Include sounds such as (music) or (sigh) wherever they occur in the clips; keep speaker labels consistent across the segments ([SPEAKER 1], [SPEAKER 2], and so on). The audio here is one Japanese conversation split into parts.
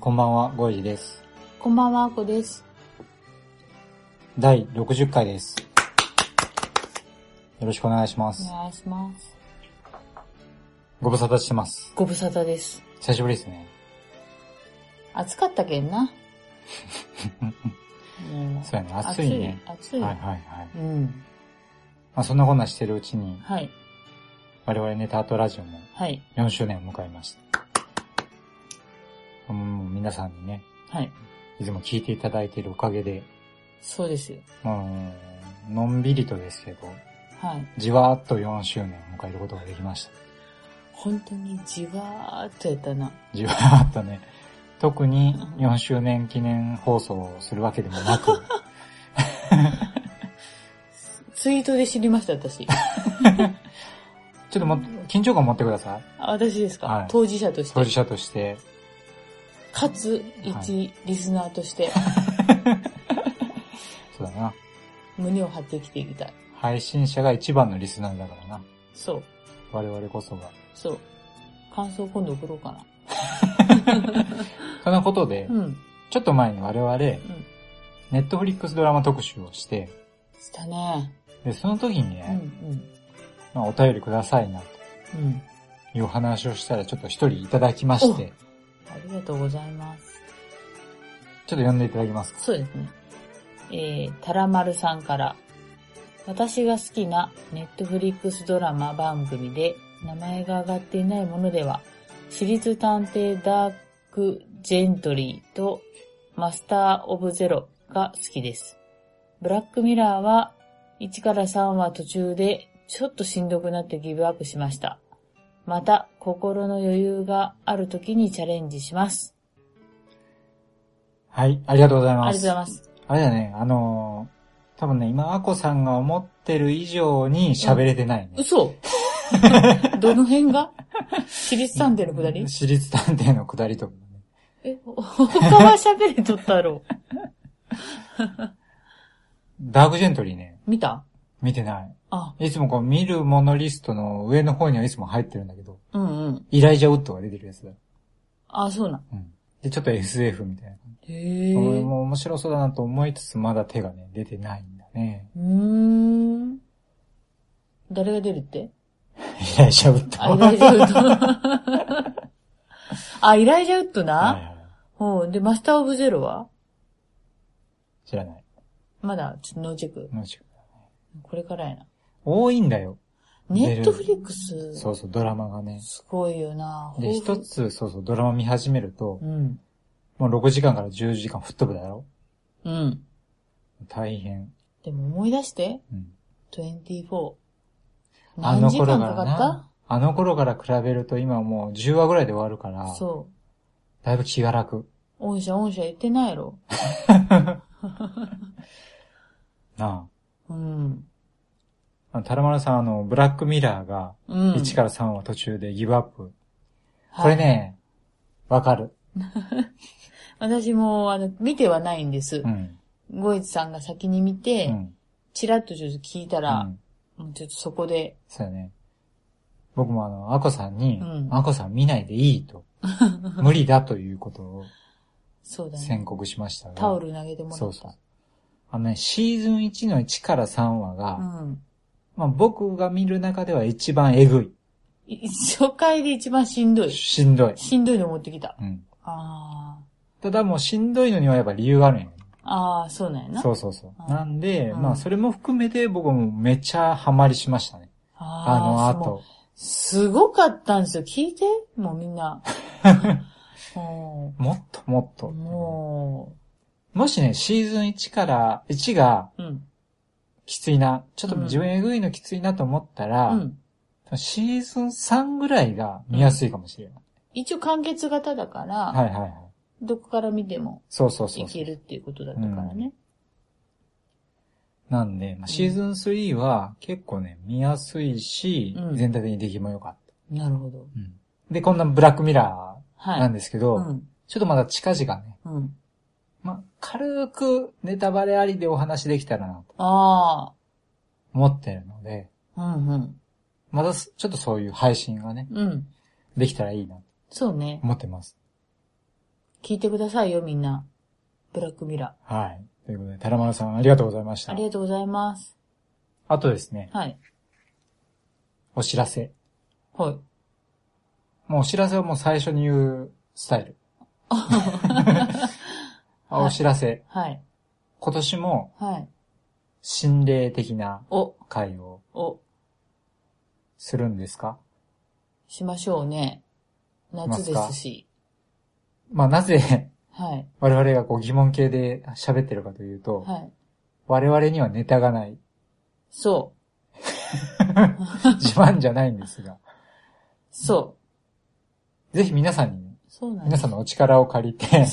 [SPEAKER 1] こんばんは、ゴイジです。
[SPEAKER 2] こんばんはあこです
[SPEAKER 1] 第60回です。よろしくお願いしま
[SPEAKER 2] お
[SPEAKER 1] す。
[SPEAKER 2] 願いします
[SPEAKER 1] ご無沙汰してます。
[SPEAKER 2] ご無沙汰です
[SPEAKER 1] 久しぶりですね。
[SPEAKER 2] 暑かったけん (laughs) なうん
[SPEAKER 1] そうやね、暑いね。
[SPEAKER 2] 暑い暑い、
[SPEAKER 1] はいはいはい。
[SPEAKER 2] うん
[SPEAKER 1] まあそんなこんなしてるうちに、
[SPEAKER 2] はい
[SPEAKER 1] 我々ネタアートラジオも
[SPEAKER 2] はい
[SPEAKER 1] 4周年を迎えました。うん、皆さんにね、
[SPEAKER 2] はい
[SPEAKER 1] いつも聞いていただいているおかげで、
[SPEAKER 2] そうですよ
[SPEAKER 1] うん、のんびりとですけど、
[SPEAKER 2] はい
[SPEAKER 1] じわーっと4周年を迎えることができました。
[SPEAKER 2] 本当にじわーっとやったな
[SPEAKER 1] じわーっとね、特に4周年記念放送をするわけでもな
[SPEAKER 2] (laughs)
[SPEAKER 1] く、
[SPEAKER 2] ツイートで知りました私
[SPEAKER 1] ちょっとも、緊張感持ってください。
[SPEAKER 2] あ私ですか、
[SPEAKER 1] はい
[SPEAKER 2] 当事者として
[SPEAKER 1] 当事者として。
[SPEAKER 2] かつ一リスナーと
[SPEAKER 1] (laughs)
[SPEAKER 2] して
[SPEAKER 1] そうだな。
[SPEAKER 2] 胸を張って生きていきたい。
[SPEAKER 1] 配信者が一番のリスナーだからな。
[SPEAKER 2] そう、
[SPEAKER 1] 我々こそが。
[SPEAKER 2] そう。感想今度送ろうかな。
[SPEAKER 1] そんなことで、
[SPEAKER 2] うん、うん。
[SPEAKER 1] ちょっと前に我々、ネットフリックスドラマ特集をして、
[SPEAKER 2] したね。
[SPEAKER 1] で、その時に
[SPEAKER 2] うん、う
[SPEAKER 1] ね、
[SPEAKER 2] ん。
[SPEAKER 1] まあ、お便りくださいな、
[SPEAKER 2] うん。
[SPEAKER 1] というお話をしたら、ちょっと一人いただきまして、ちょっ
[SPEAKER 2] ありがとうございます。
[SPEAKER 1] と読んでいただけますか。
[SPEAKER 2] そうですね。えー、たらまるさんから。私が好きなネットフリックスドラマ番組で名前が挙がっていないものでは、私立探偵ダークジェントリーとマスターオブゼロが好きです。ブラックミラーは1から3話途中でちょっとしんどくなってギブアップしました。また心の余裕がある時にチャレンジします。
[SPEAKER 1] はい、ありがとうございます。
[SPEAKER 2] ありがとうございます。
[SPEAKER 1] あれだね、あのー多分ね、今、アコさんが思ってる以上に喋れてないね。
[SPEAKER 2] 嘘 (laughs) どの辺が私立探偵のくだり
[SPEAKER 1] 私立探偵のくだりとかね。
[SPEAKER 2] え、ほ他は喋れとったろう。
[SPEAKER 1] ダークジェントリーね、
[SPEAKER 2] 見た
[SPEAKER 1] 見てない。
[SPEAKER 2] あ、
[SPEAKER 1] いつもこう見るものリストの上の方にはいつも入ってるんだけど、
[SPEAKER 2] うんうん。
[SPEAKER 1] イライジャウッドが出てるやつだ。
[SPEAKER 2] あ、そうなん。
[SPEAKER 1] うん。で、ちょっと SF みたいな。
[SPEAKER 2] へ
[SPEAKER 1] こ
[SPEAKER 2] え。
[SPEAKER 1] れ
[SPEAKER 2] う
[SPEAKER 1] も面白そうだなと思いつつまだ手がね、出てないんだね。
[SPEAKER 2] ーん。誰が出るって
[SPEAKER 1] (laughs) イライジャウッド。
[SPEAKER 2] あ、イライジャウッド。あ、イライジャウッド
[SPEAKER 1] (laughs) はい
[SPEAKER 2] な。
[SPEAKER 1] はい
[SPEAKER 2] うん。で、マスターオブゼロは
[SPEAKER 1] 知らない。
[SPEAKER 2] まだ、ちょっとノーチェック。
[SPEAKER 1] もし
[SPEAKER 2] これからやな。
[SPEAKER 1] 多いんだよ。
[SPEAKER 2] ネットフリックス、
[SPEAKER 1] そうそう、ドラマがね。
[SPEAKER 2] すごいよな。
[SPEAKER 1] で、
[SPEAKER 2] 豊
[SPEAKER 1] 一
[SPEAKER 2] 富。
[SPEAKER 1] つ、そうそう、ドラマ見始めると、
[SPEAKER 2] うん。
[SPEAKER 1] もう6時間から10時間吹っ飛ぶだろ
[SPEAKER 2] うん。
[SPEAKER 1] 大変。
[SPEAKER 2] でも思い出して、
[SPEAKER 1] うん。
[SPEAKER 2] 24。
[SPEAKER 1] あ
[SPEAKER 2] 何
[SPEAKER 1] の
[SPEAKER 2] 時間
[SPEAKER 1] 頃か
[SPEAKER 2] からかっ
[SPEAKER 1] な。あの頃から比べると今もう10話ぐらいで終わるから、
[SPEAKER 2] たそう。
[SPEAKER 1] だいぶ気が楽。
[SPEAKER 2] 御社御社言ってないやろ。
[SPEAKER 1] な
[SPEAKER 2] うん。
[SPEAKER 1] あ。あの、タラマラさん、あの、ブラックミラーが
[SPEAKER 2] うん。
[SPEAKER 1] 1から3話途中でギブアップ。
[SPEAKER 2] はい
[SPEAKER 1] これ。ね、わかる。
[SPEAKER 2] 私も、あの、見てはないんです
[SPEAKER 1] う。ん。
[SPEAKER 2] ゴイツさんが先に見
[SPEAKER 1] う
[SPEAKER 2] て、
[SPEAKER 1] ん。
[SPEAKER 2] チラッとちょっと聞いた
[SPEAKER 1] う
[SPEAKER 2] ら、
[SPEAKER 1] ん
[SPEAKER 2] もうちょっとそこで、
[SPEAKER 1] そうだね。僕もあの、アコさんに、
[SPEAKER 2] うん
[SPEAKER 1] アコさん見ないでい
[SPEAKER 2] (laughs)
[SPEAKER 1] いと。無理だということを
[SPEAKER 2] そうだね。
[SPEAKER 1] 宣告しましたが。
[SPEAKER 2] タオル投げてもらった。
[SPEAKER 1] そうそう。あのね、シーズン1の1から3話が、
[SPEAKER 2] うん。
[SPEAKER 1] まあ僕が見る中では一番えぐ
[SPEAKER 2] い初回で一番しんど
[SPEAKER 1] い。
[SPEAKER 2] い。
[SPEAKER 1] しんどい。
[SPEAKER 2] しんどいの持ってきた。
[SPEAKER 1] うん。
[SPEAKER 2] あ
[SPEAKER 1] ただもうしんどいのにはやっぱ理由があるんよ。
[SPEAKER 2] あ。ああ、そうなんやな。
[SPEAKER 1] そうそうそうう。
[SPEAKER 2] ん
[SPEAKER 1] なんで、
[SPEAKER 2] うん
[SPEAKER 1] まあそれも含めて僕はもうめちゃハマりしましたね。あの
[SPEAKER 2] ああ
[SPEAKER 1] 後。
[SPEAKER 2] すごかったんですよ。聞いてもうみん
[SPEAKER 1] (laughs)
[SPEAKER 2] な。も
[SPEAKER 1] もっともっ
[SPEAKER 2] う
[SPEAKER 1] と。
[SPEAKER 2] も
[SPEAKER 1] もしね、シーズン1から、1が
[SPEAKER 2] う、うん。
[SPEAKER 1] きついな、ちょっと
[SPEAKER 2] うん
[SPEAKER 1] 自分えぐいのきついなと思った
[SPEAKER 2] う
[SPEAKER 1] ら、
[SPEAKER 2] ん。
[SPEAKER 1] シーズン3ぐらいが見やすいかもしれない。
[SPEAKER 2] 一応完結型だから、
[SPEAKER 1] はいはいはい。
[SPEAKER 2] どこから見ても
[SPEAKER 1] そうそうそ
[SPEAKER 2] いう
[SPEAKER 1] そ
[SPEAKER 2] け
[SPEAKER 1] う。
[SPEAKER 2] るっていうことだったからね。
[SPEAKER 1] なんで、まあ、シーズン3は結構ね、見やすいし、
[SPEAKER 2] うん
[SPEAKER 1] 全体的に出来も良かった。
[SPEAKER 2] なるほど。
[SPEAKER 1] うんで、こんなブラックミラー
[SPEAKER 2] はい。
[SPEAKER 1] なんですけど、
[SPEAKER 2] うん。
[SPEAKER 1] ちょっとまだ近々ね、
[SPEAKER 2] うん。
[SPEAKER 1] まあ、軽くネタバレありでお話できたらなと
[SPEAKER 2] あ
[SPEAKER 1] 思ってるので、
[SPEAKER 2] あ。うんうん。
[SPEAKER 1] またすちょっとそういう配信がね、
[SPEAKER 2] うん。
[SPEAKER 1] できたらいいなと
[SPEAKER 2] そうね。
[SPEAKER 1] 思ってます。
[SPEAKER 2] 聞いてくださいよ、みんな。ブラックミラ
[SPEAKER 1] はい。ということで、タラマルさんありがとうございまし
[SPEAKER 2] ー。
[SPEAKER 1] た
[SPEAKER 2] あり。がとうございます。
[SPEAKER 1] あとですね、
[SPEAKER 2] はい。
[SPEAKER 1] お知らせ。
[SPEAKER 2] はい。
[SPEAKER 1] もうお知らせはもう最初に言うスタイ
[SPEAKER 2] (laughs)
[SPEAKER 1] ル。あお知らせ。
[SPEAKER 2] はい。
[SPEAKER 1] 今年も
[SPEAKER 2] はい。
[SPEAKER 1] 心霊的な
[SPEAKER 2] お、
[SPEAKER 1] 会を
[SPEAKER 2] お、
[SPEAKER 1] するんですか
[SPEAKER 2] しましょうね。夏ですし。
[SPEAKER 1] まあなぜ
[SPEAKER 2] はい。
[SPEAKER 1] 我々がこう疑問系で喋ってるかというと、
[SPEAKER 2] はい。
[SPEAKER 1] 我々にはネタがない。 (laughs)
[SPEAKER 2] そう。
[SPEAKER 1] 自慢じゃないんですが、
[SPEAKER 2] そ
[SPEAKER 1] ぜひ皆さんに、
[SPEAKER 2] う。そうなんで
[SPEAKER 1] 皆
[SPEAKER 2] す。
[SPEAKER 1] さんのお力を借りて、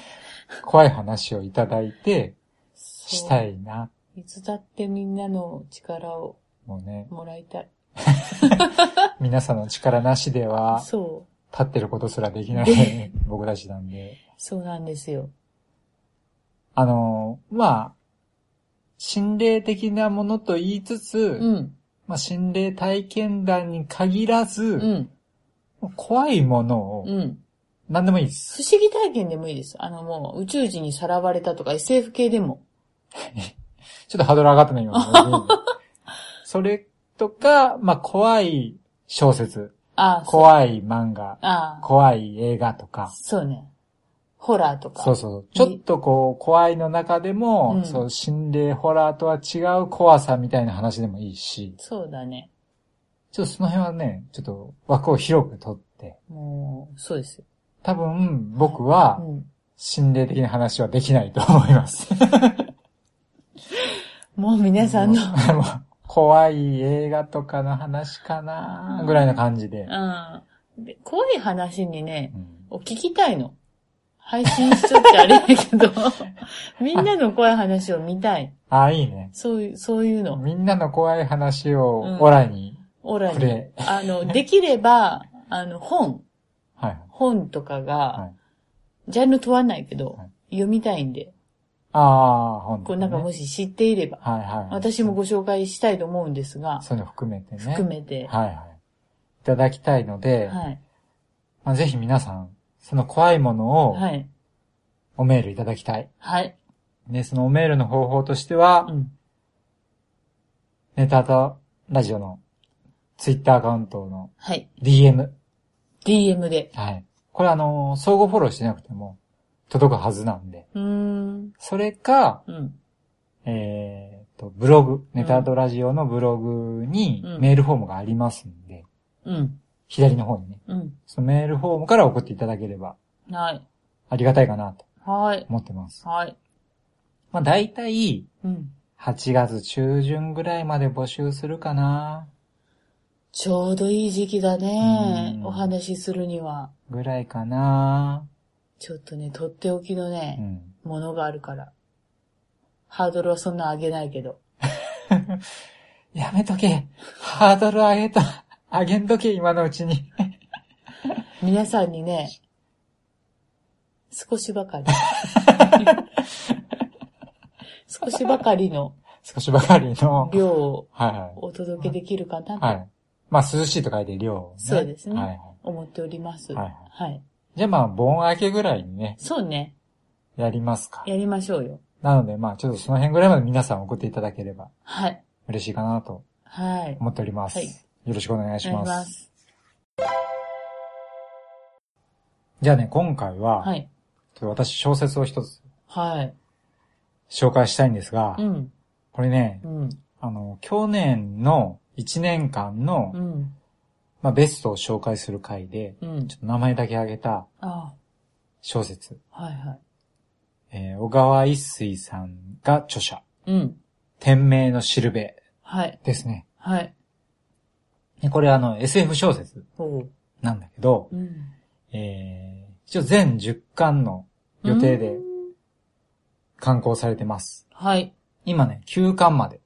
[SPEAKER 1] (laughs) 怖い話をいただいて、
[SPEAKER 2] そう
[SPEAKER 1] した。いな。
[SPEAKER 2] いつだってみんなの力を
[SPEAKER 1] もうね、
[SPEAKER 2] もらいたい。
[SPEAKER 1] 皆さんの力なしでは、
[SPEAKER 2] そう。
[SPEAKER 1] 立ってることすらできない
[SPEAKER 2] (laughs)
[SPEAKER 1] 僕たちなんで。
[SPEAKER 2] そうなんですよ。
[SPEAKER 1] あの、まあ、心霊的なものと言いつつ、
[SPEAKER 2] うん。
[SPEAKER 1] まあ、心霊体験談に限らず、
[SPEAKER 2] うん。
[SPEAKER 1] 怖いものを、
[SPEAKER 2] うん。
[SPEAKER 1] 何でもいいです。
[SPEAKER 2] 不思議体験でもいいです。あのもう、宇宙人にさらわれたとか SF 系でも。
[SPEAKER 1] ちょっとハードル上がったね、
[SPEAKER 2] (laughs)
[SPEAKER 1] 今。それとか、まあ、怖い小説、
[SPEAKER 2] ああ、そう。
[SPEAKER 1] 怖い漫画、
[SPEAKER 2] あ
[SPEAKER 1] 怖い映画と
[SPEAKER 2] あ、
[SPEAKER 1] か、
[SPEAKER 2] そうね。ホラーとか。
[SPEAKER 1] そうそう。ちょっとこう、怖いの中でも、
[SPEAKER 2] うん
[SPEAKER 1] そう、心霊ホラーとは違う怖さみたいな話でもいいし、
[SPEAKER 2] そうだね。
[SPEAKER 1] ちょっとその辺はね、ちょっと枠を広く取って、
[SPEAKER 2] もう、そうですよ。
[SPEAKER 1] 多分僕
[SPEAKER 2] う
[SPEAKER 1] は
[SPEAKER 2] ん。
[SPEAKER 1] 心霊的な話はできないと思います。
[SPEAKER 2] もう皆さんの、
[SPEAKER 1] もう (laughs) 怖い映画とかの話かなぐらいな感じで。
[SPEAKER 2] うん。で怖い話にね、
[SPEAKER 1] うん
[SPEAKER 2] お聞きたいの。配信しちゃってあれだけ (laughs) ど、みんなの怖い話を見たい。
[SPEAKER 1] ああ、いいね。
[SPEAKER 2] そういう、そういうの。
[SPEAKER 1] みんなの怖い話を
[SPEAKER 2] うん
[SPEAKER 1] オラに
[SPEAKER 2] オラ
[SPEAKER 1] く
[SPEAKER 2] に。
[SPEAKER 1] れ。
[SPEAKER 2] あの、できれば、あの、本。
[SPEAKER 1] はい。
[SPEAKER 2] 本とかが、
[SPEAKER 1] はい
[SPEAKER 2] ジャンル問わないけど、
[SPEAKER 1] は
[SPEAKER 2] 読みたいんで、
[SPEAKER 1] ああ、本
[SPEAKER 2] こ
[SPEAKER 1] 当
[SPEAKER 2] う
[SPEAKER 1] に、
[SPEAKER 2] なんかもし知っていれば、
[SPEAKER 1] はいはい。
[SPEAKER 2] 私もご紹介したいと思うんですが、
[SPEAKER 1] そういうの含めてね。
[SPEAKER 2] 含めて、
[SPEAKER 1] はいはい。いただきたいので、
[SPEAKER 2] はい、
[SPEAKER 1] まあ、ぜひ皆さん、その怖いものを
[SPEAKER 2] はい、
[SPEAKER 1] おメールいただきたい。
[SPEAKER 2] はい、
[SPEAKER 1] で、そのおメールの方法としては、
[SPEAKER 2] うん、
[SPEAKER 1] ネタとラジオのツイッターアカウントの
[SPEAKER 2] はい、
[SPEAKER 1] DM。
[SPEAKER 2] DM で。
[SPEAKER 1] はい。これあの、相互フォローしてなくても届くはずなんで。
[SPEAKER 2] うーん、
[SPEAKER 1] それか、
[SPEAKER 2] うん、
[SPEAKER 1] えー、と、ブログ、ネタとラジオのブログに
[SPEAKER 2] うん
[SPEAKER 1] メールフォームがありますんで、
[SPEAKER 2] うん、
[SPEAKER 1] 左の方にね、
[SPEAKER 2] うん、
[SPEAKER 1] そのメールフォームから送っていただければ
[SPEAKER 2] はい、
[SPEAKER 1] ありがたいかなと
[SPEAKER 2] はい、
[SPEAKER 1] 思ってます。
[SPEAKER 2] はい、
[SPEAKER 1] まあ大体、
[SPEAKER 2] うん。
[SPEAKER 1] 8月中旬ぐらいまで募集するかな、
[SPEAKER 2] ちょうどいい時期だね
[SPEAKER 1] う、ん
[SPEAKER 2] お話しするには。
[SPEAKER 1] ぐらいかな
[SPEAKER 2] ちょっとね、とっておきのね、
[SPEAKER 1] うん。
[SPEAKER 2] ものがあるから。ハードルはそんな上げないけど。
[SPEAKER 1] やめとけハードル上げた、上げんとけ今のうちに。
[SPEAKER 2] 皆さんにね、少しば
[SPEAKER 1] (laughs)
[SPEAKER 2] かり。少しばかりの
[SPEAKER 1] 少しばかりの、
[SPEAKER 2] 量を
[SPEAKER 1] はいはい。
[SPEAKER 2] お届けできるかな
[SPEAKER 1] は
[SPEAKER 2] と
[SPEAKER 1] い。まあ、涼しいと書いて量を、
[SPEAKER 2] そうですね
[SPEAKER 1] はいはい。
[SPEAKER 2] 思っております。
[SPEAKER 1] はい
[SPEAKER 2] は
[SPEAKER 1] はいい。じゃあまあ、盆明けぐらいにね、
[SPEAKER 2] そうね。
[SPEAKER 1] やりますか。
[SPEAKER 2] やりましょうよ。
[SPEAKER 1] なので、まあ、ちょっとその辺ぐらいまで皆さん送っていただければ
[SPEAKER 2] はい。
[SPEAKER 1] 嬉しいかなと
[SPEAKER 2] はい。
[SPEAKER 1] 思っております。
[SPEAKER 2] はい
[SPEAKER 1] よろしくお願いします。
[SPEAKER 2] お願いします
[SPEAKER 1] じゃあね、今回は、
[SPEAKER 2] はい。
[SPEAKER 1] ちょっと私小説を一つ
[SPEAKER 2] はい。
[SPEAKER 1] 紹介したいんですが、
[SPEAKER 2] うん。
[SPEAKER 1] これね
[SPEAKER 2] う、ん。
[SPEAKER 1] あの、去年の1年間の、
[SPEAKER 2] うん。
[SPEAKER 1] まあ、ベストを紹介する回で、
[SPEAKER 2] うん
[SPEAKER 1] ちょ。っと名前だけ挙げた
[SPEAKER 2] あ
[SPEAKER 1] 小説、
[SPEAKER 2] あ。はいは
[SPEAKER 1] えー小川一水さんが著者、
[SPEAKER 2] い。うん。
[SPEAKER 1] 天命のしるべ
[SPEAKER 2] はい。
[SPEAKER 1] ですね。
[SPEAKER 2] はい。
[SPEAKER 1] でこれあの SF 小説
[SPEAKER 2] おう。
[SPEAKER 1] なんだけど、
[SPEAKER 2] うん。
[SPEAKER 1] えー、一応全10巻の予定で
[SPEAKER 2] うーん。
[SPEAKER 1] 刊行されてます。
[SPEAKER 2] はい。
[SPEAKER 1] 今ね、9巻まで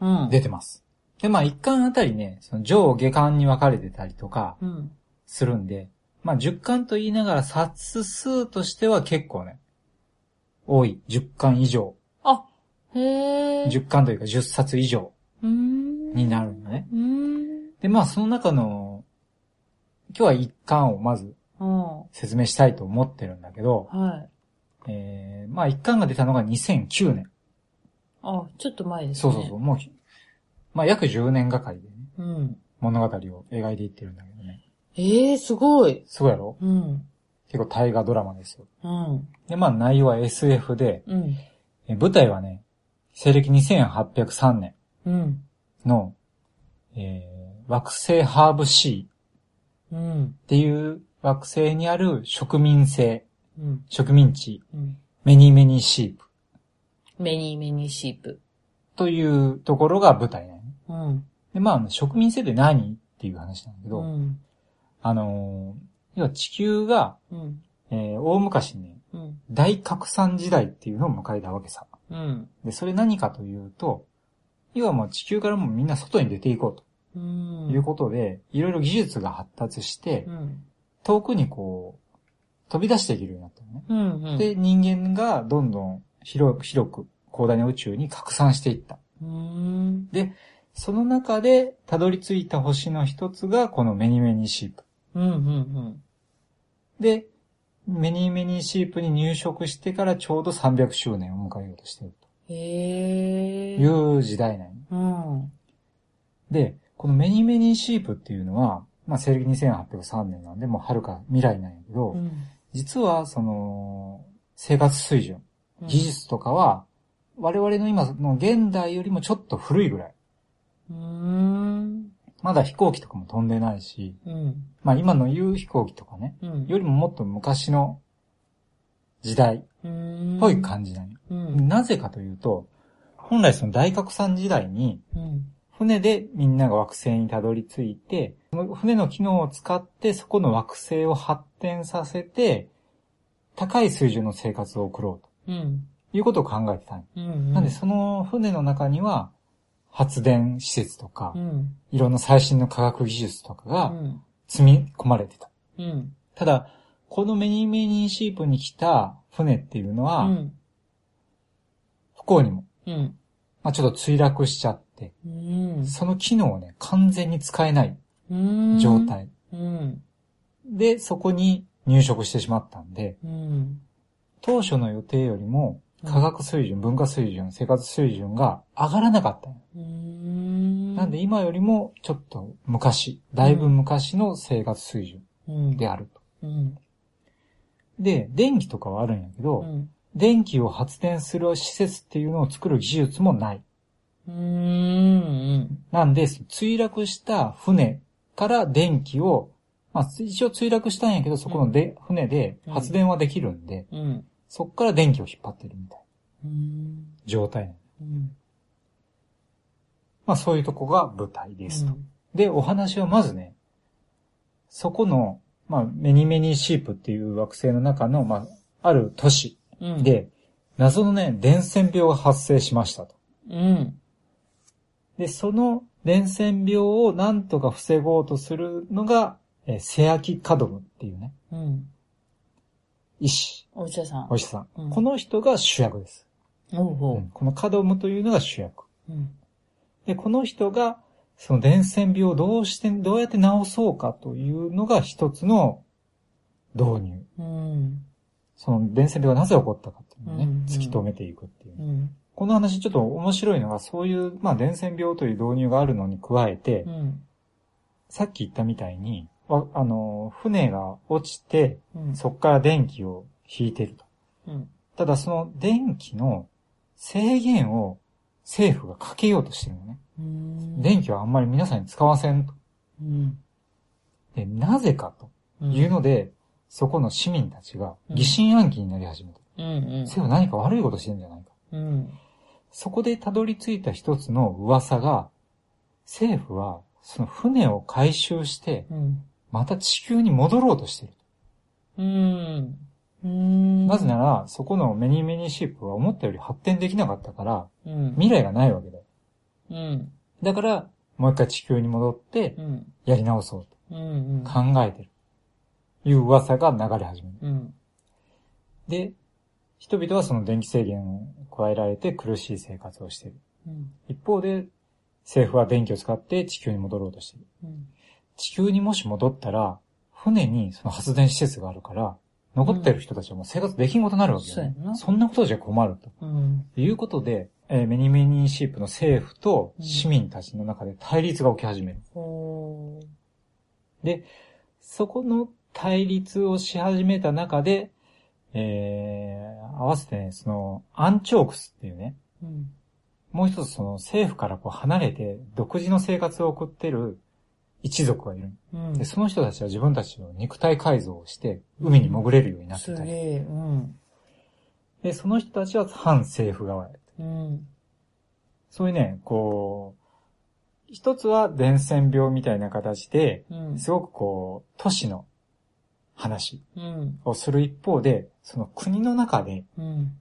[SPEAKER 2] うん。
[SPEAKER 1] 出てます。で、まあ1巻あたりね、その上下巻に分かれてたりとか
[SPEAKER 2] うん。
[SPEAKER 1] するんで、まあ10巻と言いながら冊数としては結構ね、多い。10巻以上。
[SPEAKER 2] あ、へえ。
[SPEAKER 1] 10巻というか10冊以上
[SPEAKER 2] うーん。
[SPEAKER 1] になるのね。
[SPEAKER 2] うーん。
[SPEAKER 1] で、まあその中の、今日は1巻をまず
[SPEAKER 2] うん。
[SPEAKER 1] 説明したいと思ってるんだけど、
[SPEAKER 2] はい。
[SPEAKER 1] えー、まあ1巻が出たのが2009年。
[SPEAKER 2] あ、ちょっと前です
[SPEAKER 1] そう
[SPEAKER 2] ね。
[SPEAKER 1] そうそう、もうひ、まあ約10年がかりでね、
[SPEAKER 2] う。うん。
[SPEAKER 1] 物語を描いていってるんだけどね。
[SPEAKER 2] ええー、すごい。
[SPEAKER 1] そうやろ
[SPEAKER 2] うん。
[SPEAKER 1] 結構大河ドラマですよ。
[SPEAKER 2] うん。
[SPEAKER 1] で、まあ内容は SF で、
[SPEAKER 2] うん。
[SPEAKER 1] え舞台はね、西暦2803年
[SPEAKER 2] うん。
[SPEAKER 1] の、えー、惑星ハーブシ
[SPEAKER 2] うん
[SPEAKER 1] ー。っていう惑星にある植民性、
[SPEAKER 2] うん。
[SPEAKER 1] 植民地、
[SPEAKER 2] うん。
[SPEAKER 1] メニーメニーシープ
[SPEAKER 2] メニーメニーシープ。
[SPEAKER 1] というところが舞台なのね。
[SPEAKER 2] うん。
[SPEAKER 1] で、まあ植民性って何っていう話なんだけ
[SPEAKER 2] う
[SPEAKER 1] ど、
[SPEAKER 2] ん。
[SPEAKER 1] あのー要は地球が、
[SPEAKER 2] うん。
[SPEAKER 1] えー大昔にね、
[SPEAKER 2] うん。
[SPEAKER 1] 大拡散時代っていうのを迎えたわけさ。
[SPEAKER 2] うん。
[SPEAKER 1] で、それ何かというと、要はもう地球からもうみんな外に出ていこ
[SPEAKER 2] う
[SPEAKER 1] う
[SPEAKER 2] ん。
[SPEAKER 1] ということで、いろいろ技術が発達して
[SPEAKER 2] う、ん。
[SPEAKER 1] 遠くにこう、飛び出していけるようになったのね。
[SPEAKER 2] うん。うん。
[SPEAKER 1] で、人間がどんどん広広く広大な宇宙に拡散していった。
[SPEAKER 2] うん。
[SPEAKER 1] その中で、たどり着いた星の一つが、このメニメニシープ。
[SPEAKER 2] うん。うん。
[SPEAKER 1] で、メニーメニーシープに入植してからちょうど300周年を迎えようとしている
[SPEAKER 2] へえ。
[SPEAKER 1] と
[SPEAKER 2] う。
[SPEAKER 1] いう時代なんよ
[SPEAKER 2] うん。
[SPEAKER 1] で、このメニーメニーシープっていうのは、まあ、西暦2803年なんで、もう遥か未来なんやけど、
[SPEAKER 2] うん。
[SPEAKER 1] 実は、その、生活水準、技術とかは、我々の今の現代よりもちょっと古いぐらい。
[SPEAKER 2] うん。
[SPEAKER 1] まだ飛行機とかも飛んでないし、
[SPEAKER 2] うん。
[SPEAKER 1] まあ今の言う飛行機とかね、
[SPEAKER 2] うん。
[SPEAKER 1] よりももっと昔の時代
[SPEAKER 2] うん。
[SPEAKER 1] っぽい感じなんよ
[SPEAKER 2] じ。うん。
[SPEAKER 1] なぜかというと、本来その大拡散時代に、
[SPEAKER 2] うん。
[SPEAKER 1] 船でみんなが惑星にたどり着いて、その船の機能を使ってそこの惑星を発展させて、高い水準の生活を送ろう
[SPEAKER 2] うん。
[SPEAKER 1] ということを考えてたんよ
[SPEAKER 2] うん。
[SPEAKER 1] なんでその船の中には、発電施設とか
[SPEAKER 2] う、ん。
[SPEAKER 1] いろんな最新の科学技術とか
[SPEAKER 2] う
[SPEAKER 1] が
[SPEAKER 2] ん。
[SPEAKER 1] 積み込まれてた。
[SPEAKER 2] うん。
[SPEAKER 1] ただ、このメニーメニーシープに来た船っていうの
[SPEAKER 2] う
[SPEAKER 1] は、
[SPEAKER 2] ん。
[SPEAKER 1] 不幸にも、
[SPEAKER 2] うん。
[SPEAKER 1] まあ、ちょっと墜落しちゃって、
[SPEAKER 2] うん。
[SPEAKER 1] その機能をね、完全に使えない
[SPEAKER 2] うん。
[SPEAKER 1] 状。態。
[SPEAKER 2] うん。
[SPEAKER 1] で、そこに入植してしまったんで、
[SPEAKER 2] うん。
[SPEAKER 1] 当初の予定よりも、
[SPEAKER 2] うん
[SPEAKER 1] 科学水準、文化水準、生活水準が上がらなかったの。
[SPEAKER 2] うん。
[SPEAKER 1] なんで、今よりもちょっと昔、だいぶ昔の生活水準
[SPEAKER 2] うん。
[SPEAKER 1] であると。
[SPEAKER 2] うん。
[SPEAKER 1] で、電気とかはあるんやけ
[SPEAKER 2] う
[SPEAKER 1] ど、
[SPEAKER 2] ん。
[SPEAKER 1] 電気を発電する施設っていうのを作る技術もない。
[SPEAKER 2] うん。
[SPEAKER 1] なんで、墜落した船から電気を、まあ、一応墜落したんやけど、そこので、船で発電はできるんで、
[SPEAKER 2] うん。
[SPEAKER 1] そっから電気を引っ張ってるみたいな
[SPEAKER 2] うん。
[SPEAKER 1] 状態なの。
[SPEAKER 2] うん。
[SPEAKER 1] まあ、そういうとこが舞台
[SPEAKER 2] で
[SPEAKER 1] ですと。。で、お話はまずね、そこの、まあ、メニメニシープっていう惑星の中の、まあ、ある都市
[SPEAKER 2] うん。、
[SPEAKER 1] で、謎のね、伝染病が発生しましたと。
[SPEAKER 2] うん。
[SPEAKER 1] で、その伝染病をなんとか防ごうとするのが、えーセアキカドムっていうね、
[SPEAKER 2] うん。
[SPEAKER 1] 医師、
[SPEAKER 2] お医者さん。
[SPEAKER 1] お医者さん。
[SPEAKER 2] うん
[SPEAKER 1] この人が主役です。
[SPEAKER 2] おうほ
[SPEAKER 1] このカドムというのが主役。
[SPEAKER 2] う。うん。
[SPEAKER 1] で、この人が、その伝染病をどうして、どうやって治そうかというのが一つの導入。
[SPEAKER 2] うん。
[SPEAKER 1] その伝染病がなぜ起こったかっていうのをね、
[SPEAKER 2] うんうん
[SPEAKER 1] 突き止めていくっていう、
[SPEAKER 2] うん。
[SPEAKER 1] この話ちょっと面白いのが、そういう、まあ伝染病という導入があるのに加えて、
[SPEAKER 2] うん。
[SPEAKER 1] さっき言ったみたいに、わあの、船が落ちて、
[SPEAKER 2] うん。
[SPEAKER 1] そっから電気を引いてると。
[SPEAKER 2] うん。
[SPEAKER 1] ただその電気の制限を政府がかけようとしてるのね。
[SPEAKER 2] うん。
[SPEAKER 1] 電気はあんまり皆さんに使わせんと。
[SPEAKER 2] うん。
[SPEAKER 1] で、なぜかと
[SPEAKER 2] うん。
[SPEAKER 1] いうので、そこの市民たちが疑心暗鬼になり始めた。
[SPEAKER 2] うん。
[SPEAKER 1] 政府何か悪いことしてんじゃないか。
[SPEAKER 2] うん。
[SPEAKER 1] そこでたどり着いた一つの噂が、政府はその船を回収して、
[SPEAKER 2] うん。
[SPEAKER 1] また地球に戻ろうとしている。
[SPEAKER 2] うん。うん。
[SPEAKER 1] なぜなら、そこのメニーメニーシップは思ったより発展できなかったから、
[SPEAKER 2] うん。
[SPEAKER 1] 未来がないわけだよ。
[SPEAKER 2] うん。
[SPEAKER 1] だから、もう一回地球に戻って
[SPEAKER 2] う、ん。
[SPEAKER 1] やり直そうと
[SPEAKER 2] うん。うん。
[SPEAKER 1] 考えてる。いう噂が流れ始める。
[SPEAKER 2] うん。
[SPEAKER 1] で、人々はその電気制限を加えられて苦しい生活をしている。
[SPEAKER 2] うん。
[SPEAKER 1] 一方で、政府は電気を使って地球に戻ろうとしている。
[SPEAKER 2] うん。
[SPEAKER 1] 地球にもし戻ったら、船にその発電施設があるから、残ってる人たちはもう生活できんことになるわけよ、ね
[SPEAKER 2] そうやな
[SPEAKER 1] そんなことじゃ困ると。
[SPEAKER 2] うん。
[SPEAKER 1] ということで、えーメニメニーシープの政府と市民たちの中で対立が起き始める。
[SPEAKER 2] ほー。
[SPEAKER 1] そこの対立をし始めた中で、えー、合わせてね、その、アンチョークスっていうね、
[SPEAKER 2] うん。
[SPEAKER 1] もう一つその政府からこう離れて独自の生活を送ってる一族がいる。
[SPEAKER 2] うん。
[SPEAKER 1] で、その人たちは自分たちの肉体改造をして海に潜れるようになって
[SPEAKER 2] す
[SPEAKER 1] た
[SPEAKER 2] げ
[SPEAKER 1] り。
[SPEAKER 2] え。うん。
[SPEAKER 1] で、その人たちは反政府側。
[SPEAKER 2] うん。
[SPEAKER 1] そういうね、こう、一つは伝染病みたいな形で、
[SPEAKER 2] うん。
[SPEAKER 1] すごくこう、都市の話
[SPEAKER 2] うん。
[SPEAKER 1] をする一方で、その国の中で
[SPEAKER 2] うん。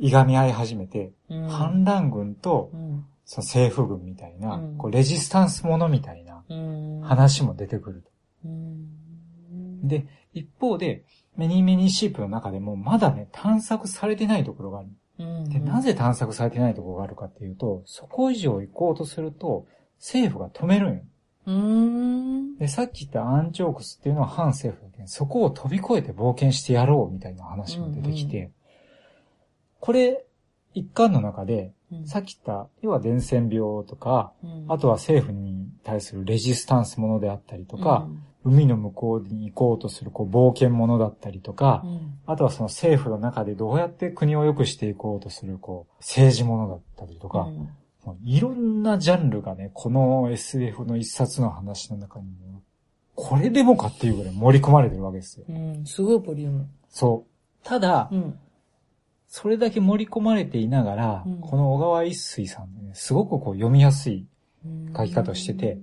[SPEAKER 1] いがみ合い始めて、
[SPEAKER 2] うん。
[SPEAKER 1] 反乱軍と
[SPEAKER 2] うん。
[SPEAKER 1] その政府軍みたいな、
[SPEAKER 2] うん
[SPEAKER 1] こうレジスタンスものみたいな
[SPEAKER 2] うん。。
[SPEAKER 1] 話も出てくると。
[SPEAKER 2] うん。、
[SPEAKER 1] で、一方で、メニーメニーシープの中でもまだね、探索されてないところがある。
[SPEAKER 2] うん。
[SPEAKER 1] で、なぜ探索されてないところがあるかっていうと、そこ以上行こうとすると、政府が止めるんよ。
[SPEAKER 2] うん。
[SPEAKER 1] で、さっき言ったアンチョークスっていうのは反政府だけど、そこを飛び越えて冒険してやろうみたいな話も出てきて、これ、一巻の中で、さっき言った、要は伝染病とか、あとは政府に対するレジスタンスものであったりとか、、海の向こうに行こうとするこう冒険ものだったりとか、
[SPEAKER 2] うん。
[SPEAKER 1] あとはその政府の中でどうやって国を良くしていこうとするこう政治ものだったりとか、もういろんなジャンルがね、この SF の一冊の話の中にも、これでもかっていうぐらい盛り込まれてるわけですよ。
[SPEAKER 2] うん。すごいボリューム。
[SPEAKER 1] そう。ただ、
[SPEAKER 2] うん。
[SPEAKER 1] それだけ盛り込まれていながら、
[SPEAKER 2] うん
[SPEAKER 1] この小川一水さんね、すごくこう読みやすい。書き方をしてて。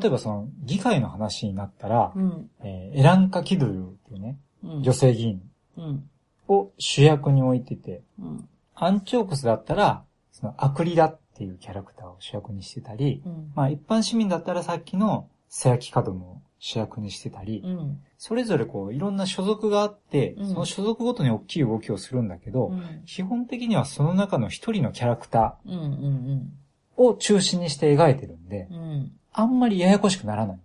[SPEAKER 1] 例えばその議会の話になったら、
[SPEAKER 2] うん。
[SPEAKER 1] えーエランカ・キドゥルっていうね、
[SPEAKER 2] うん。
[SPEAKER 1] 女性議員
[SPEAKER 2] うん。
[SPEAKER 1] を主役に置いてて、
[SPEAKER 2] うん。
[SPEAKER 1] アンチョークスだったら、そのアクリラっていうキャラクターを主役にしてたり、
[SPEAKER 2] うん。
[SPEAKER 1] まあ一般市民だったらさっきのセアキカドムを主役にしてたり、
[SPEAKER 2] うん。
[SPEAKER 1] それぞれこういろんな所属があって、
[SPEAKER 2] うん
[SPEAKER 1] その所属ごとに大きい動きをするんだけど、
[SPEAKER 2] うん。
[SPEAKER 1] 基本的にはその中の一人のキャラクタ
[SPEAKER 2] うん。うん。
[SPEAKER 1] ーを中心にして描いてるんで、
[SPEAKER 2] うん。
[SPEAKER 1] あんまりややこしくならない。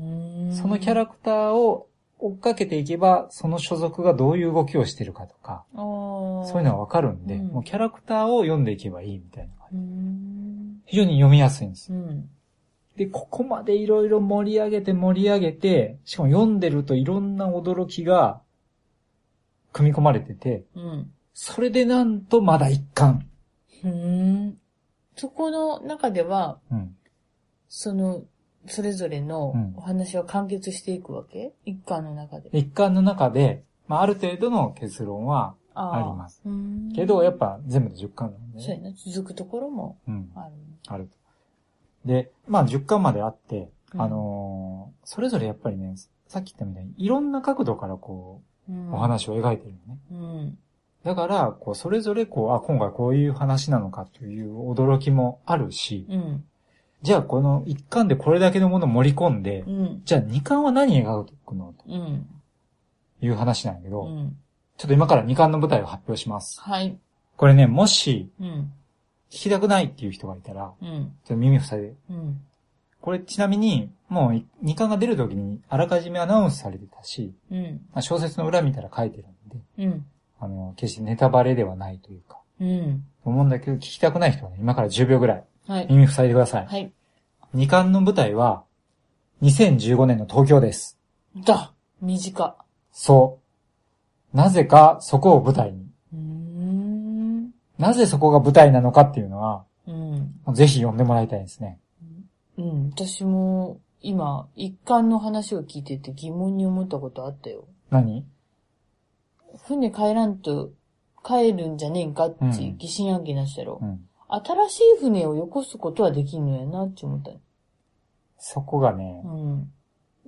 [SPEAKER 2] うん。
[SPEAKER 1] そのキャラクターを追っかけていけば、その所属がどういう動きをしてるかとか、
[SPEAKER 2] そ
[SPEAKER 1] そういうのはわかるんで、
[SPEAKER 2] うん
[SPEAKER 1] もうキャラクターを読んでいけばいいみたいな感じ。
[SPEAKER 2] うん。
[SPEAKER 1] 非常に読みやすいんですよ
[SPEAKER 2] うん。
[SPEAKER 1] で、ここまでいろいろ盛り上げて盛り上げて、しかも読んでるといろんな驚きが組み込まれてて、
[SPEAKER 2] うん。
[SPEAKER 1] それでなんとまだ一巻。
[SPEAKER 2] うん。そこの中では、
[SPEAKER 1] うん。
[SPEAKER 2] その、それぞれのお話は完結していくわけ、一巻の中で。
[SPEAKER 1] で一巻の中で、まあ、ある程度の結論は
[SPEAKER 2] あ
[SPEAKER 1] あります。
[SPEAKER 2] す
[SPEAKER 1] けど、やっ、ぱ全部で10巻なんで、
[SPEAKER 2] そうや
[SPEAKER 1] ね。
[SPEAKER 2] な。続くところも
[SPEAKER 1] うん。
[SPEAKER 2] ある。
[SPEAKER 1] あると。で、まあ10巻まであって、
[SPEAKER 2] うん
[SPEAKER 1] あのーそれぞれやっぱりね、さっき言ったみたいに、いろんな角度からこう、お
[SPEAKER 2] お。
[SPEAKER 1] 話を描いてるよね。
[SPEAKER 2] うん。
[SPEAKER 1] だから、こう、それぞれ、こう、あ、今回こういう話なのかという驚きもあるし、
[SPEAKER 2] うん。
[SPEAKER 1] じゃあこの1巻でこれだけのものを盛り込んで
[SPEAKER 2] う、ん。
[SPEAKER 1] じゃあ2巻は何描くのと
[SPEAKER 2] うん。
[SPEAKER 1] いう話なんだけど、
[SPEAKER 2] うん。
[SPEAKER 1] ちょっと今から2巻の舞台を発表します。
[SPEAKER 2] はい。
[SPEAKER 1] これね、もし、
[SPEAKER 2] うん。
[SPEAKER 1] 聞きたくないっていう人がいたら、
[SPEAKER 2] うん。
[SPEAKER 1] ちょっと耳塞いで。
[SPEAKER 2] うん。
[SPEAKER 1] これちなみに、もう2巻が出る時にあらかじめアナウンスされてたし、
[SPEAKER 2] うん。
[SPEAKER 1] まあ小説の裏見たら書いてるんで、
[SPEAKER 2] うん。
[SPEAKER 1] あの、決してネタバレではないというか、
[SPEAKER 2] うん。
[SPEAKER 1] 思うんだけど、聞きたくない人はね、今から10秒ぐらい
[SPEAKER 2] はい。
[SPEAKER 1] 耳塞いでください。
[SPEAKER 2] はい。
[SPEAKER 1] 二巻の舞台は、2015年の東京です。
[SPEAKER 2] だ短。
[SPEAKER 1] そう。なぜかそこを舞台に。
[SPEAKER 2] うーん。
[SPEAKER 1] なぜそこが舞台なのかっていうのは、
[SPEAKER 2] うん。
[SPEAKER 1] ぜひ読んでもらいたいですね。
[SPEAKER 2] うん。私も、今、一貫の話を聞いてて疑問に思ったことあったよ。
[SPEAKER 1] 何
[SPEAKER 2] 船帰らんと、帰るんじゃねえんかって
[SPEAKER 1] うん
[SPEAKER 2] 疑心暗鬼なしたろ
[SPEAKER 1] う。ん。
[SPEAKER 2] 新しい船をよこすことはできんのやなって思った。
[SPEAKER 1] そこがね
[SPEAKER 2] う、ん。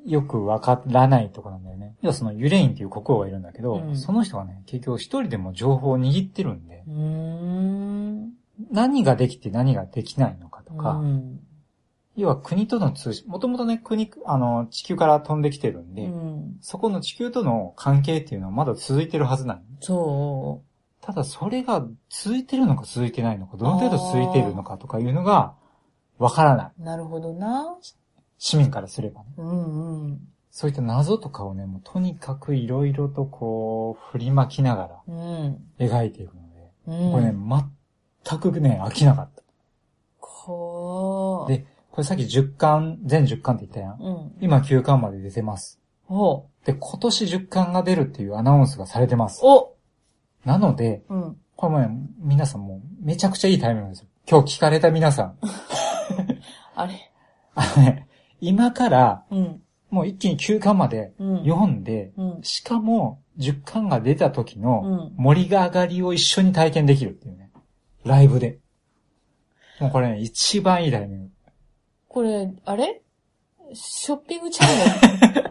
[SPEAKER 1] よくわからないとこなんだよね。要はそのユレインっていう国王がいるんだけど、
[SPEAKER 2] うん
[SPEAKER 1] その人がね、結局一人でも情報を握ってるんで、
[SPEAKER 2] うーん。
[SPEAKER 1] 何ができて何ができないのかとか、
[SPEAKER 2] うん。
[SPEAKER 1] 要は国との通信、もともとね、国、あの、地球から飛んできてるんで、
[SPEAKER 2] うん
[SPEAKER 1] そこの地球との関係っていうのはまだ続いてるはずなの。
[SPEAKER 2] そ
[SPEAKER 1] ただそれが続いてるのか続いてないのか、どの程度続いてるのかとかいうのが、わからない。
[SPEAKER 2] う。なるほどな。
[SPEAKER 1] 市民からすればね。
[SPEAKER 2] うんうん。
[SPEAKER 1] そういった謎とかをね、もうとにかくいろいろとこう、振りまきなが
[SPEAKER 2] うん。
[SPEAKER 1] ら描いていくので、
[SPEAKER 2] うん。
[SPEAKER 1] これね、全くね、飽きなかった。
[SPEAKER 2] こう。
[SPEAKER 1] でこれさっき10巻、全10巻って言ったやん。
[SPEAKER 2] うん。
[SPEAKER 1] 今9巻まで出てます。
[SPEAKER 2] お
[SPEAKER 1] で、今年10巻が出るっていうアナウンスがされてます。
[SPEAKER 2] お
[SPEAKER 1] なので、
[SPEAKER 2] うん。
[SPEAKER 1] これもね、皆さんもうめちゃくちゃいいタイミングなんですよ。今日聞かれた皆さん。
[SPEAKER 2] あれ
[SPEAKER 1] あのね、今から
[SPEAKER 2] うん。
[SPEAKER 1] もう一気に9巻まで
[SPEAKER 2] うん。
[SPEAKER 1] 読んで、
[SPEAKER 2] うん。
[SPEAKER 1] しかも10巻が出た時
[SPEAKER 2] う
[SPEAKER 1] の
[SPEAKER 2] ん。
[SPEAKER 1] 森が上がりを一緒に体験できるっていうね。ライブで。もうこれね、一番いいタイミング。
[SPEAKER 2] これ、あれショッピングチャンネ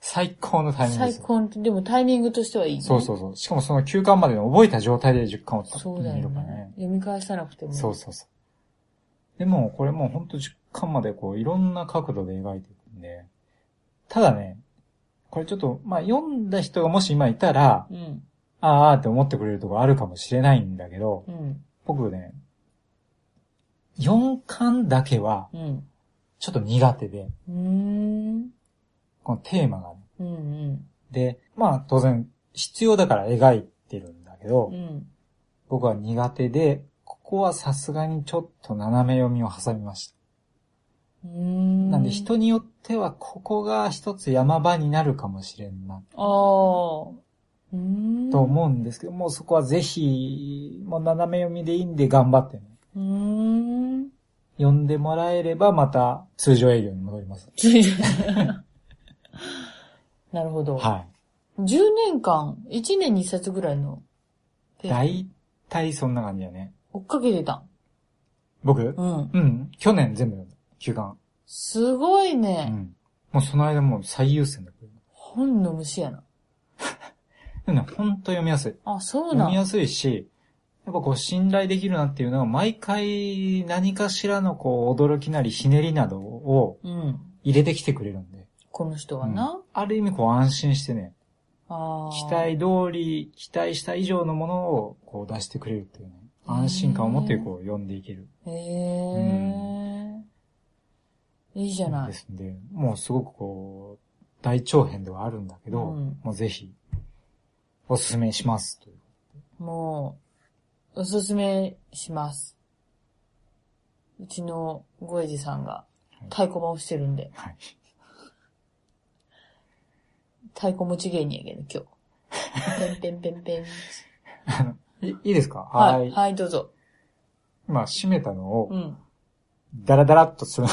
[SPEAKER 1] 最高 (laughs) のタイ
[SPEAKER 2] ル
[SPEAKER 1] ミング
[SPEAKER 2] 最
[SPEAKER 1] ですよ。
[SPEAKER 2] 高の、でもタイミングとしてはいい、ね。
[SPEAKER 1] そうそうそう。しかもその9巻までの覚えた状態で10巻を使って
[SPEAKER 2] そうだ
[SPEAKER 1] み
[SPEAKER 2] よ
[SPEAKER 1] るから
[SPEAKER 2] ね
[SPEAKER 1] ね。。
[SPEAKER 2] 読み返さなくても。
[SPEAKER 1] そうそうそう。でも、これもうほんと10巻までこう、いろんな角度で描いていくんで、ただね、これちょっと、まあ、読んだ人がもし今いたら、
[SPEAKER 2] う。ん。
[SPEAKER 1] あーあーって思ってくれるとこあるかもしれないんだけど、
[SPEAKER 2] うん。
[SPEAKER 1] 僕ね、4巻だけは
[SPEAKER 2] うん。
[SPEAKER 1] ちょっと苦手で、
[SPEAKER 2] うーん。
[SPEAKER 1] このテーマがね。
[SPEAKER 2] うん。うん。
[SPEAKER 1] で、まあ当然必要だから描いてるんだけど
[SPEAKER 2] う、ん。
[SPEAKER 1] 僕は苦手で、ここはさすがにちょっと斜め読みを挟みました。
[SPEAKER 2] うーん。
[SPEAKER 1] なんで人によってはここが一つ山場になるかもしれんな
[SPEAKER 2] ああ。うーん。
[SPEAKER 1] と思うんですけど、もうそこはぜひ、もう斜め読みでいいんで頑張ってね。
[SPEAKER 2] う。うーん。
[SPEAKER 1] 読んでもらえればまた通常営業に戻ります。
[SPEAKER 2] なるほど。
[SPEAKER 1] は
[SPEAKER 2] 10年間、1年に1冊ぐらいの
[SPEAKER 1] い。
[SPEAKER 2] ペース
[SPEAKER 1] 大体そんな感じだね。
[SPEAKER 2] 追っかけてた。
[SPEAKER 1] 僕、
[SPEAKER 2] うん。
[SPEAKER 1] うん。去年全部読んだ。休巻。
[SPEAKER 2] すごいうね。
[SPEAKER 1] ん。もうその間もう最優先だけど。
[SPEAKER 2] 本の虫やな。
[SPEAKER 1] でもね、ほんと読みやすい。
[SPEAKER 2] あ、そう
[SPEAKER 1] 読
[SPEAKER 2] な
[SPEAKER 1] み
[SPEAKER 2] ん。
[SPEAKER 1] やすいし、やっぱこう信頼できるなっていうのは毎回何かしらのこう驚きなりひねりなどを
[SPEAKER 2] うん。
[SPEAKER 1] 入れてきてくれるんで。
[SPEAKER 2] この人は
[SPEAKER 1] う
[SPEAKER 2] な。
[SPEAKER 1] んある意味こう安心してね、
[SPEAKER 2] ああ。
[SPEAKER 1] 期待通り、期待した以上のものをこう出してくれるっていうね。安心感を持ってこう読んでいける。
[SPEAKER 2] へえ。いいじゃない
[SPEAKER 1] で。すんで、もうすごくこう、大長編ではあるんだけど、
[SPEAKER 2] うん
[SPEAKER 1] もうぜひ、おすすめしますという。
[SPEAKER 2] もう、おすすめします。うちのゴエジさんが太鼓判をしてるんで、
[SPEAKER 1] はい。
[SPEAKER 2] 太鼓持ち芸人やけど、今日。ペンペンペンペン。
[SPEAKER 1] あのいいいですか
[SPEAKER 2] は、
[SPEAKER 1] (laughs) はいい。
[SPEAKER 2] はい、どうぞ。
[SPEAKER 1] 今、締めたのを
[SPEAKER 2] う、ん。
[SPEAKER 1] (laughs) ダラダラっとする。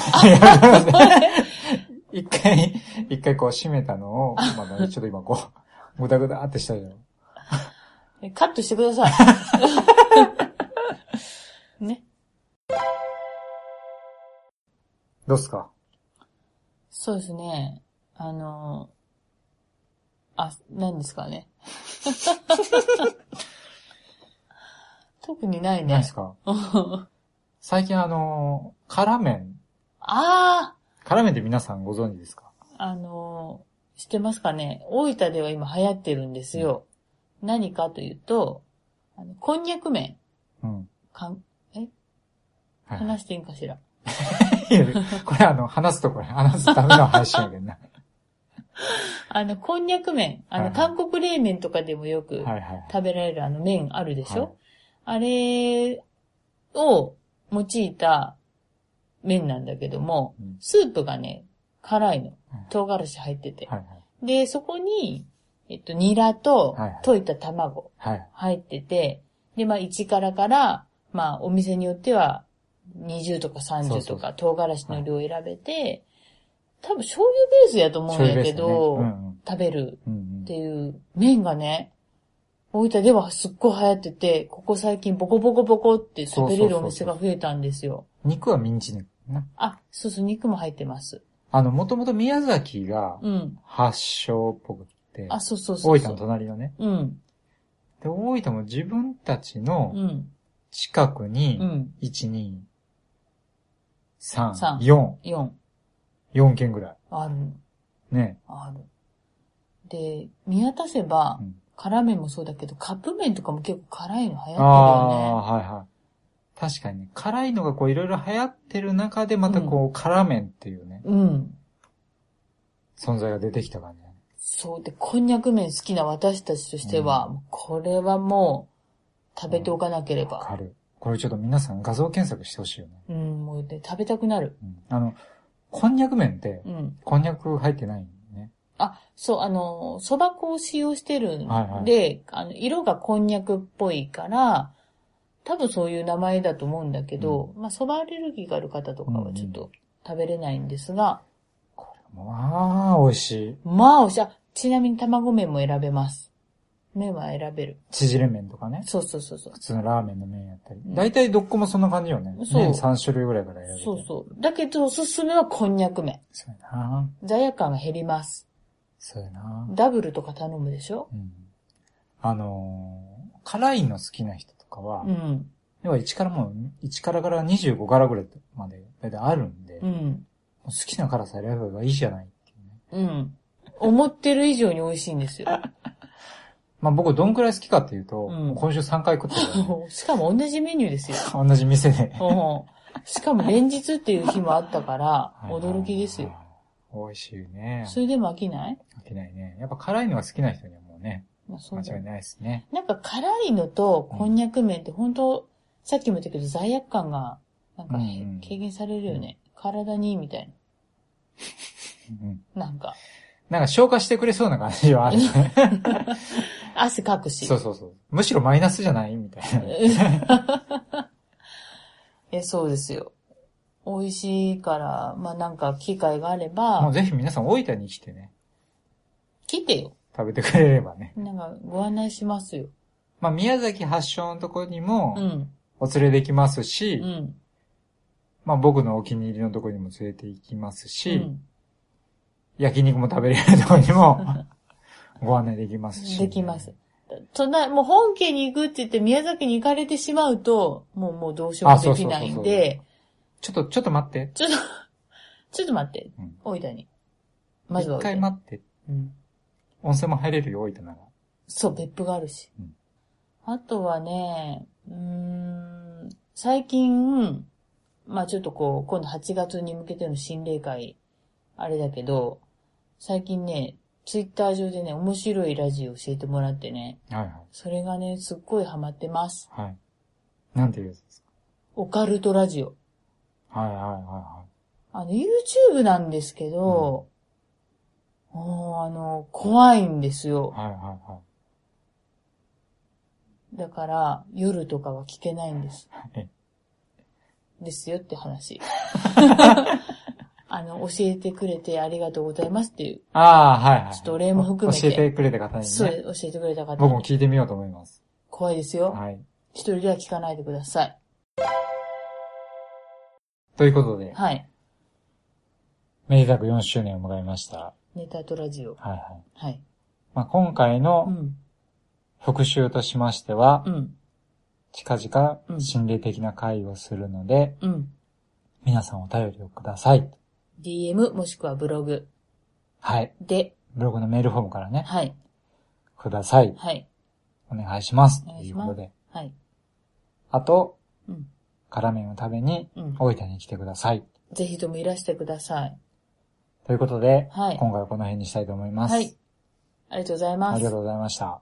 [SPEAKER 1] 一回、一回こう締めたのを、まだねちょっと今こう、ぐだぐだってしたじゃん。
[SPEAKER 2] えカットしてくだ
[SPEAKER 1] (laughs)
[SPEAKER 2] さい。ね。
[SPEAKER 1] どうっすか
[SPEAKER 2] そうですね。あの、あ、何ですかね。 (laughs) 特にない
[SPEAKER 1] な
[SPEAKER 2] ね
[SPEAKER 1] いっす。か
[SPEAKER 2] あ
[SPEAKER 1] 最近あの、辛麺。
[SPEAKER 2] あ
[SPEAKER 1] 辛麺って皆さんご存知ですか
[SPEAKER 2] ー、あの、知ってますかね。大分では今流行ってるんですよ。何かというと、あのこんにゃく麺。
[SPEAKER 1] うん。
[SPEAKER 2] かん
[SPEAKER 1] はい
[SPEAKER 2] 話していいんかしら。
[SPEAKER 1] (laughs) いやこれあの、話すとこれ、話すための配信やけどな。
[SPEAKER 2] あの、こんにゃく麺。あ
[SPEAKER 1] は
[SPEAKER 2] の、
[SPEAKER 1] いはい
[SPEAKER 2] 韓国冷麺とかでもよく
[SPEAKER 1] はいはい。
[SPEAKER 2] 食べられるあの麺あるでし
[SPEAKER 1] はい
[SPEAKER 2] ょ、あれを用いた麺なんだけども、
[SPEAKER 1] うん
[SPEAKER 2] スープがね、辛いの
[SPEAKER 1] うん。
[SPEAKER 2] 唐辛子入ってて。
[SPEAKER 1] はい
[SPEAKER 2] で、そこに、えっと、ニラと
[SPEAKER 1] はいはい
[SPEAKER 2] 溶いた卵
[SPEAKER 1] はい。はい。
[SPEAKER 2] 入ってて、で、まあ、1辛から、まあ、お店によっては、20とか
[SPEAKER 1] そう
[SPEAKER 2] 30
[SPEAKER 1] そ
[SPEAKER 2] と
[SPEAKER 1] うそ
[SPEAKER 2] か唐辛子の量を選べて、多分醤油ベースやと思うん
[SPEAKER 1] 醤油
[SPEAKER 2] や
[SPEAKER 1] ベー
[SPEAKER 2] け
[SPEAKER 1] スだね
[SPEAKER 2] ど、
[SPEAKER 1] うんうん
[SPEAKER 2] 食べる
[SPEAKER 1] うんう
[SPEAKER 2] っ
[SPEAKER 1] ん
[SPEAKER 2] ていう麺がね、大分ではすっごい流行ってて、ここ最近ボコボコボコって食べれるお店が増えたんですよ。
[SPEAKER 1] 肉はミンチ肉な。
[SPEAKER 2] あ、そうそう、肉も入ってます。
[SPEAKER 1] あの、もともと宮崎が
[SPEAKER 2] うん。
[SPEAKER 1] 発祥っぽくて、
[SPEAKER 2] あ、そうそうそう
[SPEAKER 1] 大
[SPEAKER 2] そ
[SPEAKER 1] 分
[SPEAKER 2] う。
[SPEAKER 1] の隣のね。
[SPEAKER 2] うん。
[SPEAKER 1] で、大分も自分たちの
[SPEAKER 2] うん。
[SPEAKER 1] 近くに、
[SPEAKER 2] うん。
[SPEAKER 1] 1、2、3、
[SPEAKER 2] 三
[SPEAKER 1] 4、
[SPEAKER 2] 4。
[SPEAKER 1] 4件ぐらい。
[SPEAKER 2] ある。
[SPEAKER 1] ね。
[SPEAKER 2] ある。で、見渡せば
[SPEAKER 1] うん、
[SPEAKER 2] 辛麺もそうだけど、カップ麺とかも結構辛いの流
[SPEAKER 1] あ
[SPEAKER 2] 行
[SPEAKER 1] あー、はいはい。確かにね、辛いのがこういろいろ流行ってる中で、またこう、辛麺っていうね、
[SPEAKER 2] ってるよね。うん。
[SPEAKER 1] 存在が出てきた感じだね。
[SPEAKER 2] そう。で、こんにゃく麺好きな私たちとしては、
[SPEAKER 1] う
[SPEAKER 2] これはもう、食べておかなけれ
[SPEAKER 1] わ
[SPEAKER 2] ば。
[SPEAKER 1] かる。これちょっと皆さん画像検索してほしいよね。
[SPEAKER 2] うん、もうね、食べたくなる。
[SPEAKER 1] うんあの、こんにゃく麺って
[SPEAKER 2] う、ん。
[SPEAKER 1] こんにゃく入ってないよね。
[SPEAKER 2] あ、そう、あの、蕎麦粉を使用してるんで、
[SPEAKER 1] はいはい
[SPEAKER 2] あの、色がこんにゃくっぽいから、多分そういう名前だと思うんだけど、まあ、蕎麦アレルギーがある方とかはちょっ
[SPEAKER 1] うん
[SPEAKER 2] と食べれないんですが、
[SPEAKER 1] まあ、美味しい。
[SPEAKER 2] まあ、おしゃ、ちなみに卵麺も選べます。麺は選べる。
[SPEAKER 1] 縮れ麺とかね。
[SPEAKER 2] そうそうそうそう
[SPEAKER 1] 普。通のラーメンの麺やったり。
[SPEAKER 2] ん
[SPEAKER 1] 大体どっこもそんな感じよね。
[SPEAKER 2] そう
[SPEAKER 1] 麺3種類ぐらいから選べて。
[SPEAKER 2] そうそう。だけど、おすすめはこんにゃく麺。
[SPEAKER 1] そうやな
[SPEAKER 2] 罪悪感が減ります。
[SPEAKER 1] そうやな
[SPEAKER 2] ダブルとか頼むでしょ
[SPEAKER 1] うん。あのー辛いの好きな人とかは、
[SPEAKER 2] うん。
[SPEAKER 1] 要は1からもう、1からから25からぐらいまで、大体あるんで、
[SPEAKER 2] う
[SPEAKER 1] も
[SPEAKER 2] ん。
[SPEAKER 1] う好きな辛さ選べばいいじゃないっていうね。
[SPEAKER 2] うん。思ってる以上に美味しいんですよ。 (laughs)
[SPEAKER 1] まあ僕どんくらい好きかっていうと、
[SPEAKER 2] うん
[SPEAKER 1] もう今週3回食ってるから
[SPEAKER 2] (laughs)
[SPEAKER 1] ね、
[SPEAKER 2] しかも同じメニューですよ。
[SPEAKER 1] 同じ店で。
[SPEAKER 2] うんしかも連日っていう日もあったから、驚きですよ。
[SPEAKER 1] はいはいはい。美味しいね。
[SPEAKER 2] それでも飽きない
[SPEAKER 1] 飽きないね。やっぱ辛いのが好きな人にはもうね、
[SPEAKER 2] まあそ
[SPEAKER 1] 間
[SPEAKER 2] うだ
[SPEAKER 1] 違い
[SPEAKER 2] ね。
[SPEAKER 1] ないですね。
[SPEAKER 2] なんか辛いのとこんにゃく麺って本当、さっきも言ったけど罪悪感が、なんかへ
[SPEAKER 1] うんうん
[SPEAKER 2] 軽減されるよね。体にいいみたい
[SPEAKER 1] うん。
[SPEAKER 2] な。なんか、
[SPEAKER 1] なんか消化してくれそうな感じはあるね。
[SPEAKER 2] 汗かくし。
[SPEAKER 1] (laughs) そうそうそう。むしろマイナスじゃないみたいな。
[SPEAKER 2] (laughs) え、そうですよ。美味しいから、まあなんか機会があれ
[SPEAKER 1] (laughs) もう
[SPEAKER 2] ば、
[SPEAKER 1] ぜひ皆さん大分に来てね、
[SPEAKER 2] 来てよ。
[SPEAKER 1] 食べてくれればね。
[SPEAKER 2] なんかご案内しますよ。
[SPEAKER 1] まあ宮崎発祥のとこに
[SPEAKER 2] う
[SPEAKER 1] も
[SPEAKER 2] ん。
[SPEAKER 1] お連れできます
[SPEAKER 2] う
[SPEAKER 1] し、
[SPEAKER 2] ん。
[SPEAKER 1] まあ僕のお気に入りのとこにも連れて行きます
[SPEAKER 2] う
[SPEAKER 1] し、
[SPEAKER 2] ん。
[SPEAKER 1] 焼肉も食べれるとこ
[SPEAKER 2] (laughs)
[SPEAKER 1] にもご案内できますし。
[SPEAKER 2] できます。。そんな、もう本家に行くって言って宮崎に行かれてしまうと、もうもうどうしようもできないんで、
[SPEAKER 1] ちょっと、ちょっと待って。
[SPEAKER 2] ちょっと、ちょっと待って
[SPEAKER 1] うん、
[SPEAKER 2] 大分に。まずは
[SPEAKER 1] 一
[SPEAKER 2] 大
[SPEAKER 1] 回
[SPEAKER 2] 分、
[SPEAKER 1] 待って。
[SPEAKER 2] うん。
[SPEAKER 1] 温泉も入れるよ、大分なら。
[SPEAKER 2] そう、別府があるし。
[SPEAKER 1] うん
[SPEAKER 2] あとはね、うーん、最近、まあちょっとこう、今度8月に向けての心霊会、あれだけど、最近ね、ツイッター上でね、面白いラジオ教えてもらってね、
[SPEAKER 1] はい
[SPEAKER 2] それがね、すっごいハマってます。
[SPEAKER 1] はい。はい。なんていうやつです
[SPEAKER 2] オカルトラジオ。
[SPEAKER 1] かはいはいはいは
[SPEAKER 2] あの、YouTube なんですけど、もうあの、怖いんですよ。
[SPEAKER 1] い。はいはいはい。
[SPEAKER 2] だから、夜とかは聞けないんです
[SPEAKER 1] え。
[SPEAKER 2] ですよって話。 (laughs) あの、教えてくれてありがとうございますっていう、
[SPEAKER 1] ああ、はいはい。
[SPEAKER 2] ちょっとお礼も含めて
[SPEAKER 1] 教えてくれた方に
[SPEAKER 2] そう
[SPEAKER 1] ね。
[SPEAKER 2] 教えてくれた方
[SPEAKER 1] 僕も
[SPEAKER 2] に、
[SPEAKER 1] 聞いてみようと思います。
[SPEAKER 2] 怖いですよ。
[SPEAKER 1] はい。
[SPEAKER 2] 一人では聞かないでください。
[SPEAKER 1] ということで、
[SPEAKER 2] はい。
[SPEAKER 1] めでたく4周年を迎えました。
[SPEAKER 2] ネタとラジオ。
[SPEAKER 1] はいはい。
[SPEAKER 2] はい。
[SPEAKER 1] まあ、今回
[SPEAKER 2] う
[SPEAKER 1] の
[SPEAKER 2] ん。
[SPEAKER 1] 復習としましては、
[SPEAKER 2] うん。
[SPEAKER 1] 近
[SPEAKER 2] う
[SPEAKER 1] 々
[SPEAKER 2] ん
[SPEAKER 1] 心霊的な会をするので、
[SPEAKER 2] うん。
[SPEAKER 1] 皆さんお便りをください。
[SPEAKER 2] DM もしくはブログ
[SPEAKER 1] はい。
[SPEAKER 2] で、
[SPEAKER 1] ブログのメールフォームからね、
[SPEAKER 2] はい。
[SPEAKER 1] ください。
[SPEAKER 2] はい。
[SPEAKER 1] お願いします。
[SPEAKER 2] お
[SPEAKER 1] と
[SPEAKER 2] 願い
[SPEAKER 1] い
[SPEAKER 2] し
[SPEAKER 1] う
[SPEAKER 2] ま
[SPEAKER 1] こ
[SPEAKER 2] す
[SPEAKER 1] とで。
[SPEAKER 2] はい。
[SPEAKER 1] あと、
[SPEAKER 2] うん。
[SPEAKER 1] 辛麺を食べに、
[SPEAKER 2] うん。
[SPEAKER 1] 大分に来てください。
[SPEAKER 2] ぜひともいらしてください。
[SPEAKER 1] ということで、
[SPEAKER 2] はい
[SPEAKER 1] 今回はこの辺にしたいと思います。
[SPEAKER 2] はい。ありがとうございます。
[SPEAKER 1] ありがとうございました。